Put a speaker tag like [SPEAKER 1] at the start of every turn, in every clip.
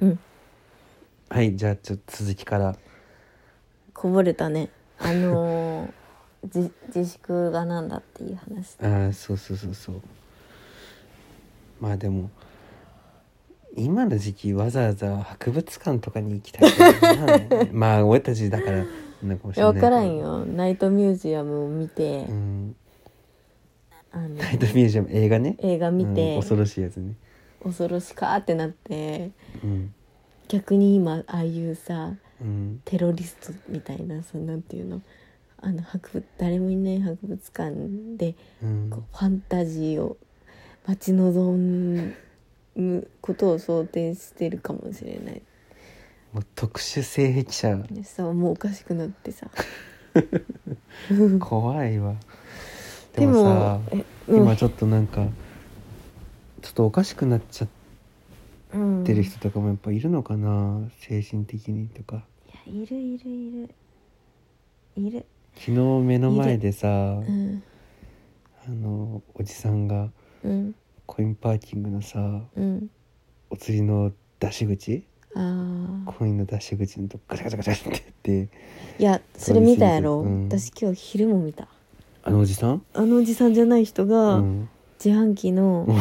[SPEAKER 1] うん
[SPEAKER 2] はいじゃあちょっと続きから
[SPEAKER 1] こぼれたねあの ー自自粛がなんだっていう話
[SPEAKER 2] ああそうそうそうそうまあでも今の時期わざわざ博物館とかに行きたい なまあ俺たちだからなのかもし
[SPEAKER 1] い
[SPEAKER 2] れ
[SPEAKER 1] や
[SPEAKER 2] ないけど
[SPEAKER 1] 分からんよナイトミュージアムを見て、
[SPEAKER 2] うん
[SPEAKER 1] あの
[SPEAKER 2] ナイトミュージアム映画ね
[SPEAKER 1] 映画見て、
[SPEAKER 2] うん恐ろしいやつね
[SPEAKER 1] 恐ろしかーってなって
[SPEAKER 2] うん
[SPEAKER 1] 逆に今ああいうさ
[SPEAKER 2] うん
[SPEAKER 1] テロリストみたいなさなんていうのあの博物誰もいない博物館で
[SPEAKER 2] うん
[SPEAKER 1] こうファンタジーを待ち望むことを想定してるかもしれない
[SPEAKER 2] もう特殊性癖者
[SPEAKER 1] そうもうおかしくなってさ
[SPEAKER 2] 怖いわで
[SPEAKER 1] で
[SPEAKER 2] もさ
[SPEAKER 1] もえ
[SPEAKER 2] 今ちょっとなんかちょっとおかしくなっちゃっ
[SPEAKER 1] うん
[SPEAKER 2] てる人とかもやっぱいるのかな精神的にとか
[SPEAKER 1] いやいるいるいるいる
[SPEAKER 2] 昨日目の前でさ
[SPEAKER 1] うん
[SPEAKER 2] あのおじさんが
[SPEAKER 1] うん
[SPEAKER 2] コインパーキングのさ
[SPEAKER 1] うん
[SPEAKER 2] お釣りの出し口
[SPEAKER 1] ああ
[SPEAKER 2] コインの出し口のとこガチャガチャガチャってやって
[SPEAKER 1] いやそれ見たやろ、
[SPEAKER 2] うん
[SPEAKER 1] 私今日昼も見た
[SPEAKER 2] あのおじさん、
[SPEAKER 1] あのおじさんじゃない人
[SPEAKER 2] う
[SPEAKER 1] が、
[SPEAKER 2] ん、
[SPEAKER 1] 自販機の
[SPEAKER 2] うん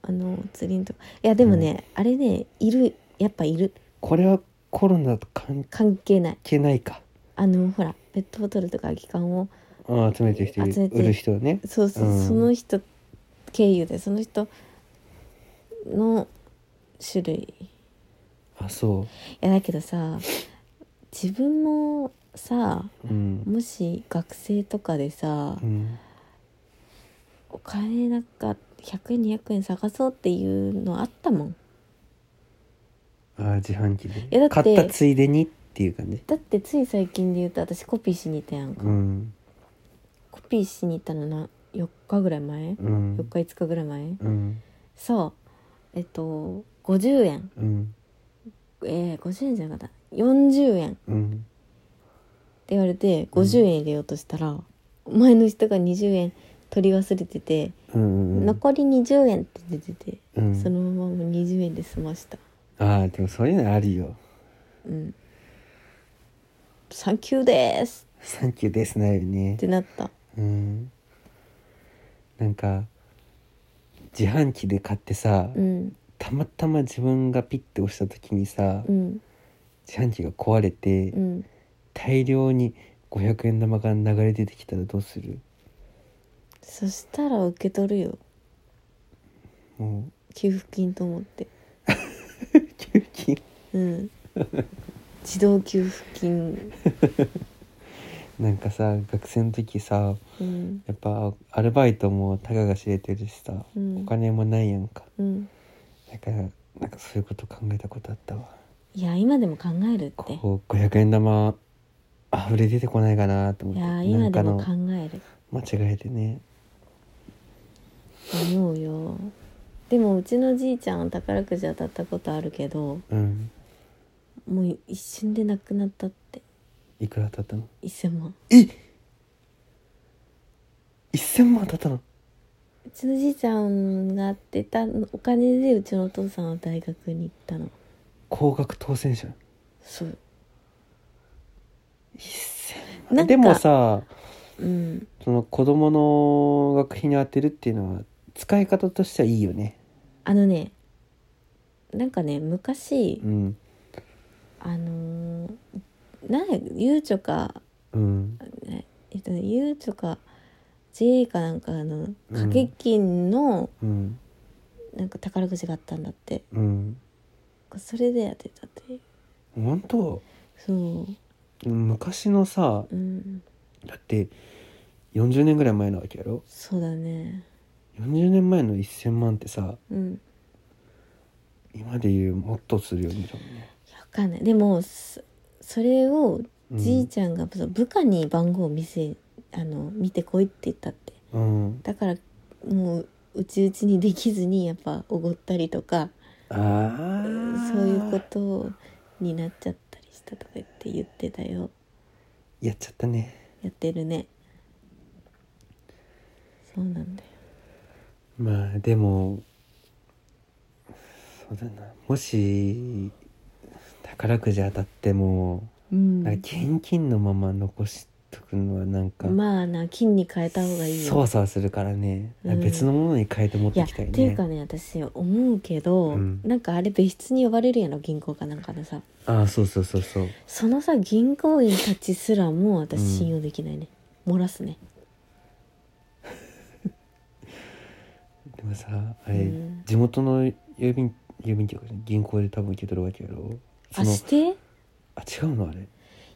[SPEAKER 1] あの釣りんとかいやでもね、あれねいるやっぱいる
[SPEAKER 2] これはコロナと関
[SPEAKER 1] 関係ない
[SPEAKER 2] 係ないか
[SPEAKER 1] あのほらペットボトルとか空き缶を
[SPEAKER 2] あ集めてる人いる
[SPEAKER 1] 集めて
[SPEAKER 2] 売る人ね
[SPEAKER 1] そうそう、
[SPEAKER 2] うん
[SPEAKER 1] その人経由でその人の種類い
[SPEAKER 2] あそ
[SPEAKER 1] やだけどさ自分もさ
[SPEAKER 2] ううん
[SPEAKER 1] もし学生とかでさ、
[SPEAKER 2] うん
[SPEAKER 1] お金なんか100円200円探そうっていうのあったもん
[SPEAKER 2] あ自販機で
[SPEAKER 1] いやだって
[SPEAKER 2] 買ったついでにっていう感じ
[SPEAKER 1] だってつい最近で言うと私コピーしに行ったやんか、
[SPEAKER 2] うん
[SPEAKER 1] コピーしに行ったのな4日ぐらい前
[SPEAKER 2] う
[SPEAKER 1] 4
[SPEAKER 2] ん
[SPEAKER 1] 日5日ぐらい前
[SPEAKER 2] うん
[SPEAKER 1] そうえっと50円
[SPEAKER 2] うん
[SPEAKER 1] えー、50円じゃなかった40円って
[SPEAKER 2] うん
[SPEAKER 1] 言われて50円入れようとしたら、前の人が20円取り忘れてて、
[SPEAKER 2] うんうん
[SPEAKER 1] 残り20円って出てて、
[SPEAKER 2] うん
[SPEAKER 1] そのまま20円で済ました
[SPEAKER 2] ああでもそういうのあるよ
[SPEAKER 1] うん「サンキューです!」
[SPEAKER 2] 「サンキューです」なるよね
[SPEAKER 1] ってなった
[SPEAKER 2] うんなんか自販機で買ってさ、
[SPEAKER 1] うん
[SPEAKER 2] たまたま自分がピッて押した時にさ、
[SPEAKER 1] うん
[SPEAKER 2] 自販機が壊れて、
[SPEAKER 1] うん
[SPEAKER 2] 大量に500円玉が流れ出てきたらどうする
[SPEAKER 1] そしたら受け取るよ
[SPEAKER 2] も
[SPEAKER 1] 給付金と思って
[SPEAKER 2] う 給付金
[SPEAKER 1] うん、自動給付金、
[SPEAKER 2] なんかさ学生の時さ
[SPEAKER 1] うん
[SPEAKER 2] やっぱアルバイトもたかが知れてるしさ、
[SPEAKER 1] うん
[SPEAKER 2] お金もないやんか
[SPEAKER 1] うん、
[SPEAKER 2] だからなんかそういうこと考えたことあったわ
[SPEAKER 1] いや今でも考えるって
[SPEAKER 2] こう500円玉あふれ出てこないかなと思っ
[SPEAKER 1] い
[SPEAKER 2] て
[SPEAKER 1] や
[SPEAKER 2] な
[SPEAKER 1] 今
[SPEAKER 2] ん
[SPEAKER 1] で
[SPEAKER 2] かの
[SPEAKER 1] も考える
[SPEAKER 2] 間違えてね
[SPEAKER 1] 思うよでもうちのじいちゃんは宝くじ当たったことあるけど
[SPEAKER 2] うん
[SPEAKER 1] もう一瞬で亡くなったって
[SPEAKER 2] いくら当たったの
[SPEAKER 1] 1000万
[SPEAKER 2] え一1000万当たったの
[SPEAKER 1] うちのじいちゃんが出たお金でうちのお父さんは大学に行ったの
[SPEAKER 2] 高額当選者
[SPEAKER 1] そう
[SPEAKER 2] 1000
[SPEAKER 1] なんか
[SPEAKER 2] 万でもさ
[SPEAKER 1] うん
[SPEAKER 2] その子供の学費に当てるっていうのは使い方としてはいいよね
[SPEAKER 1] あのねなんかね昔
[SPEAKER 2] うん
[SPEAKER 1] あのー、なんやゆうちょか
[SPEAKER 2] うん
[SPEAKER 1] えっとね、ゆうとか JA かなんかの掛け金の
[SPEAKER 2] うん
[SPEAKER 1] なんか宝くじがあったんだって、
[SPEAKER 2] うん
[SPEAKER 1] それで当てたっていう
[SPEAKER 2] 本当
[SPEAKER 1] そう
[SPEAKER 2] 昔のさ
[SPEAKER 1] うん
[SPEAKER 2] だって40年ぐらい前なわけやろ
[SPEAKER 1] そうだね
[SPEAKER 2] 40年前の1000万ってさ
[SPEAKER 1] うん
[SPEAKER 2] 今で言うもっとするよね多分ね
[SPEAKER 1] いやわかんないでもそそれを
[SPEAKER 2] うん
[SPEAKER 1] じいちゃんがそう部下に番号を見せあの見てこいって言ったって
[SPEAKER 2] うん
[SPEAKER 1] だからもううちうちにできずにやっぱおごったりとか
[SPEAKER 2] ああ
[SPEAKER 1] そういうことになっちゃったりしたとか言って言ってたよ
[SPEAKER 2] やっちゃったね
[SPEAKER 1] やってるねそうなんだよ
[SPEAKER 2] まあでもそうだなもし宝くじ当たっても
[SPEAKER 1] う
[SPEAKER 2] なん
[SPEAKER 1] ん
[SPEAKER 2] か現金のまま残しとくのはなんか、
[SPEAKER 1] まあな金に変えた方がいいよ
[SPEAKER 2] そわそわするからね、
[SPEAKER 1] うん
[SPEAKER 2] 別のものに変えて持っ
[SPEAKER 1] い
[SPEAKER 2] て
[SPEAKER 1] やっ
[SPEAKER 2] きた
[SPEAKER 1] て
[SPEAKER 2] いね
[SPEAKER 1] いうかね私思うけど、
[SPEAKER 2] うん
[SPEAKER 1] なんかあれ別室に呼ばれるやろ銀行かなんかのさ
[SPEAKER 2] ああそうそうそうそう
[SPEAKER 1] そのさ銀行員たちすらもう
[SPEAKER 2] うん
[SPEAKER 1] 私信用できないね、漏らすね
[SPEAKER 2] でもさあれ、
[SPEAKER 1] うん
[SPEAKER 2] 地元の郵便郵便局銀行で多分受け取るわけやろそ
[SPEAKER 1] あ
[SPEAKER 2] の
[SPEAKER 1] して
[SPEAKER 2] あ違うのあれ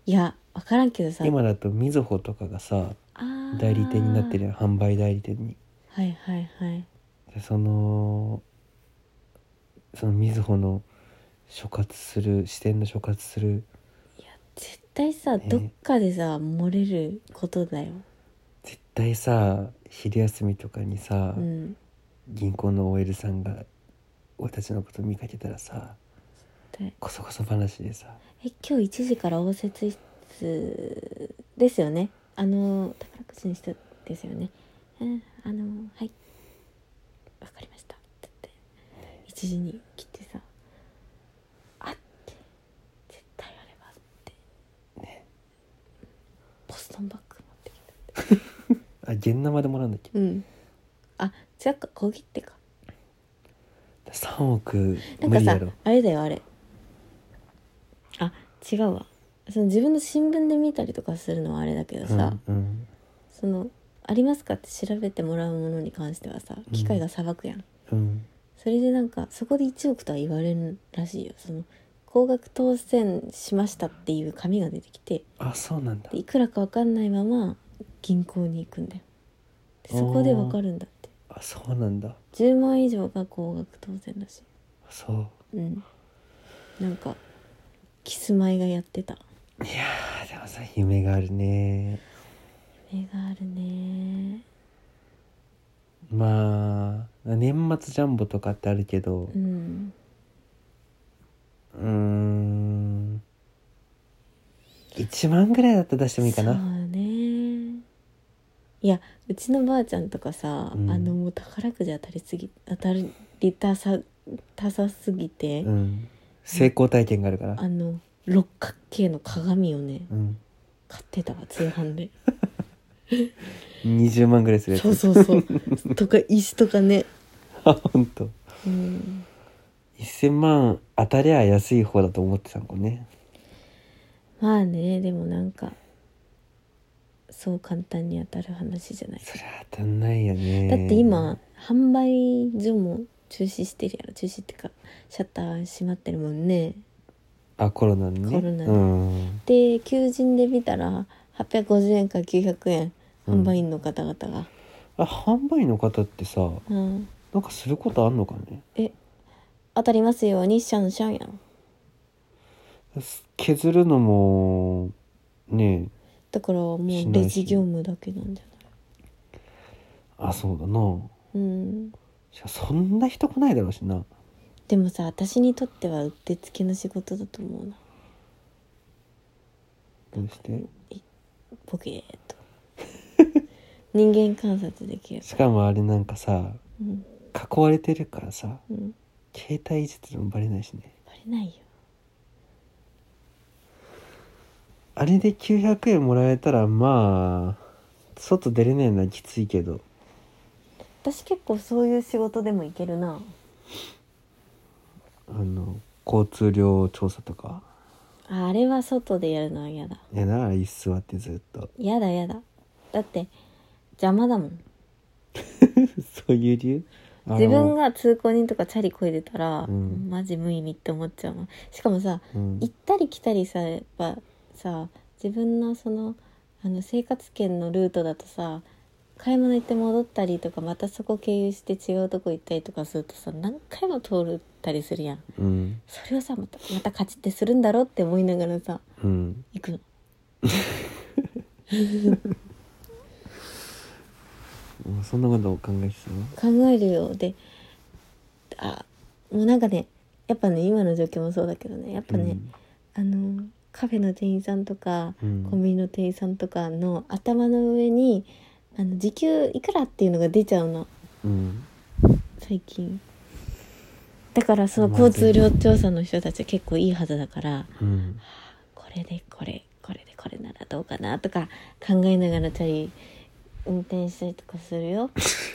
[SPEAKER 1] いや分からんけどさ
[SPEAKER 2] 今だとみずほとかがさ
[SPEAKER 1] あー
[SPEAKER 2] 代理店になってるやん販売代理店に
[SPEAKER 1] はいはいはい
[SPEAKER 2] でそのそのみずほの所轄する支店の所轄する
[SPEAKER 1] 絶対さ、
[SPEAKER 2] ね
[SPEAKER 1] どっかでさ漏れることだよ
[SPEAKER 2] 絶対さ昼休みとかにさ、
[SPEAKER 1] うん
[SPEAKER 2] 銀行の OL さんが俺たちのこと見かけたらさ
[SPEAKER 1] で
[SPEAKER 2] こそこそ話でさ
[SPEAKER 1] え今日1時から応接室ですよねあの宝くじにしたですよねうんあのはいわかりましたって言って1時に来てさあって絶対あればってボストンバッグ持ってきた
[SPEAKER 2] あ現生でもらうんだっけ
[SPEAKER 1] うんあ違うか小切手か
[SPEAKER 2] 3億
[SPEAKER 1] なん
[SPEAKER 2] 無
[SPEAKER 1] か
[SPEAKER 2] 理や
[SPEAKER 1] さ
[SPEAKER 2] ろ
[SPEAKER 1] あれだよあれあ違うわその自分の新聞で見たりとかするのはあれだけどさ、
[SPEAKER 2] うんうん
[SPEAKER 1] その「ありますか?」って調べてもらうものに関してはさ
[SPEAKER 2] ん
[SPEAKER 1] 機械が裁くやん、
[SPEAKER 2] うん
[SPEAKER 1] それでなんかそこで1億とは言われるらしいよその高額当選しましたっていう紙が出てきて
[SPEAKER 2] あそうなんだ
[SPEAKER 1] でいくらか分かんないまま銀行に行くんだよでそこで分かるんだって
[SPEAKER 2] あそうなんだ
[SPEAKER 1] 10万円以上が高額当選らしい
[SPEAKER 2] そう
[SPEAKER 1] うんなんかキスマイがやってた
[SPEAKER 2] いやーでもさ夢があるね
[SPEAKER 1] 夢があるね
[SPEAKER 2] まあ年末ジャンボとかってあるけど
[SPEAKER 1] うん
[SPEAKER 2] うーん1万ぐらいだったら出してもいいかな
[SPEAKER 1] そうねいやうちのばあちゃんとかさ、
[SPEAKER 2] うん
[SPEAKER 1] あのもう宝くじ当たりすぎ当たりたさたさすぎて、
[SPEAKER 2] うん成功体験があるから
[SPEAKER 1] あの六角形の鏡をね
[SPEAKER 2] うん
[SPEAKER 1] 買ってたわ通販で
[SPEAKER 2] 20万ぐらいするや
[SPEAKER 1] そう
[SPEAKER 2] つ
[SPEAKER 1] そうそうとか椅子とかね
[SPEAKER 2] あ 本当。
[SPEAKER 1] うん
[SPEAKER 2] 1000万当たりゃ安い方だと思ってたのね
[SPEAKER 1] まあねでもなんかそう簡単に当たる話じゃない
[SPEAKER 2] そりゃ当たんないよね
[SPEAKER 1] だって今販売所も中止してるやろ中止ってかシャッター閉まってるもんね
[SPEAKER 2] あコロナのね
[SPEAKER 1] コロナで
[SPEAKER 2] うん
[SPEAKER 1] で求人で見たら850円から900円
[SPEAKER 2] うん
[SPEAKER 1] 販売員の方々が、
[SPEAKER 2] あ販売の方ってさ
[SPEAKER 1] うん
[SPEAKER 2] なんかすることあんのかね
[SPEAKER 1] 当たりますようにシャンシャンやん
[SPEAKER 2] 削るのもねえ
[SPEAKER 1] だからもう
[SPEAKER 2] しないし
[SPEAKER 1] レジ業務だけなんじゃない
[SPEAKER 2] あそうだな
[SPEAKER 1] うん
[SPEAKER 2] しかもそんな人来ないだろうしな
[SPEAKER 1] でもさ私にとってはうってつけの仕事だと思うな
[SPEAKER 2] どうして
[SPEAKER 1] ボケーっ と人間観察できる
[SPEAKER 2] しかもあれなんかさ
[SPEAKER 1] うん
[SPEAKER 2] 囲われてるからさ
[SPEAKER 1] うん
[SPEAKER 2] 携帯いじってるのバレないしね
[SPEAKER 1] バレないよ
[SPEAKER 2] あれで900円もらえたらまあ外出れないのはきついけど
[SPEAKER 1] 私結構そういう仕事でもいけるな
[SPEAKER 2] あの交通量調査とか
[SPEAKER 1] ああれは外でやるのは嫌だ
[SPEAKER 2] いやなあ椅子座ってずっと
[SPEAKER 1] 嫌だ嫌だだって邪魔だもん
[SPEAKER 2] そういう理由あの
[SPEAKER 1] 自分が通行人とかチャリこいでたら、
[SPEAKER 2] うん
[SPEAKER 1] マジ無意味って思っちゃうもんしかもさ
[SPEAKER 2] うん
[SPEAKER 1] 行ったり来たりさやっぱさ自分のそのあの生活圏のルートだとさ買い物行って戻ったりとかまたそこ経由して違うとこ行ったりとかするとさ何回も通ったりするやん
[SPEAKER 2] うん
[SPEAKER 1] それをさまたまた勝ちってするんだろうって思いながらさ
[SPEAKER 2] うん
[SPEAKER 1] 行くの
[SPEAKER 2] もうそんなことを考えてたの
[SPEAKER 1] 考えるよであもうなんかねやっぱね今の状況もそうだけどねやっぱね、あのカフェの店員さんとか
[SPEAKER 2] うん
[SPEAKER 1] コンビニの店員さんとかの頭の上にあの時給いくらっていうのが出ちゃうの
[SPEAKER 2] うん
[SPEAKER 1] 最近だからそう
[SPEAKER 2] まずい
[SPEAKER 1] 交通量調査の人たち結構いいはずだから
[SPEAKER 2] うん
[SPEAKER 1] これでこれこれでこれならどうかなとか考えながらチャリ運転したりとかするよ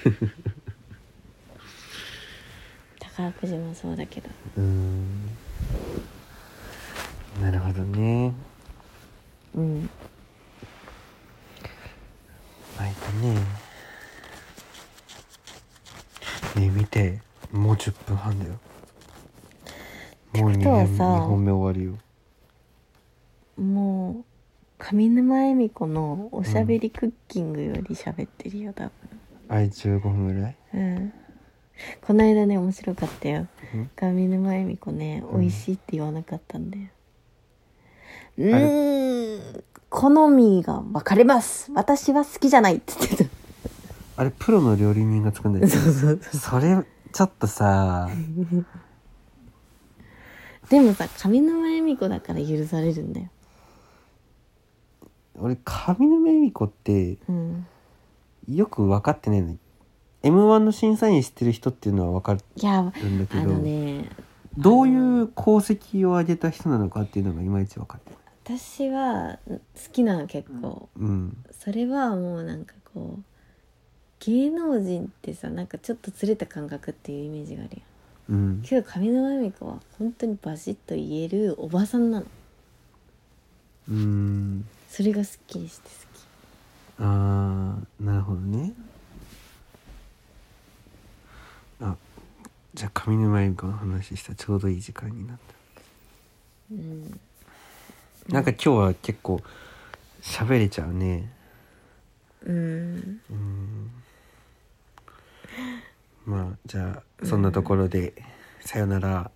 [SPEAKER 1] 宝くじもそうだけど
[SPEAKER 2] うんなるほどね
[SPEAKER 1] うん
[SPEAKER 2] まいたねねえ見てもう10分半だよもう2
[SPEAKER 1] ことはさ
[SPEAKER 2] 本 ,2 本目終わりよ
[SPEAKER 1] もう上沼恵美子のおしゃべりクッキングより喋ってるよ多
[SPEAKER 2] あい15分ぐらい
[SPEAKER 1] 分うんこないだね面白かったよ
[SPEAKER 2] うん
[SPEAKER 1] 上沼恵美子ね
[SPEAKER 2] うん
[SPEAKER 1] 美味しいって言わなかったんだようーん好みが分かれます私は好きじゃないって言って
[SPEAKER 2] あれプロの料理人が作るんだ
[SPEAKER 1] た
[SPEAKER 2] よ
[SPEAKER 1] そうそう
[SPEAKER 2] それちょっとさ
[SPEAKER 1] でもさ上沼恵美子だから許されるんだよ
[SPEAKER 2] 俺上沼恵美子って
[SPEAKER 1] うん
[SPEAKER 2] よく分かってないの m 1の審査員してる人っていうのは分か
[SPEAKER 1] いや
[SPEAKER 2] るんだ
[SPEAKER 1] あ
[SPEAKER 2] けど、
[SPEAKER 1] のね
[SPEAKER 2] どういう功績を上げた人なのかっていうのがいまいち分かってない
[SPEAKER 1] 私は好きなの結構、
[SPEAKER 2] うん
[SPEAKER 1] それはもうなんかこう芸能人ってさなんかちょっとずれた感覚っていうイメージがあるよ
[SPEAKER 2] うん
[SPEAKER 1] けど上沼恵美子は本当にバシッと言えるおばさんなの
[SPEAKER 2] うん
[SPEAKER 1] それがすっきりして好き
[SPEAKER 2] ああなるほどねあじゃあ上沼恵美子の話したちょうどいい時間になった、
[SPEAKER 1] うん
[SPEAKER 2] なんか今日は結構喋れちゃうね
[SPEAKER 1] うん
[SPEAKER 2] うんまあじゃあそんなところで、さよなら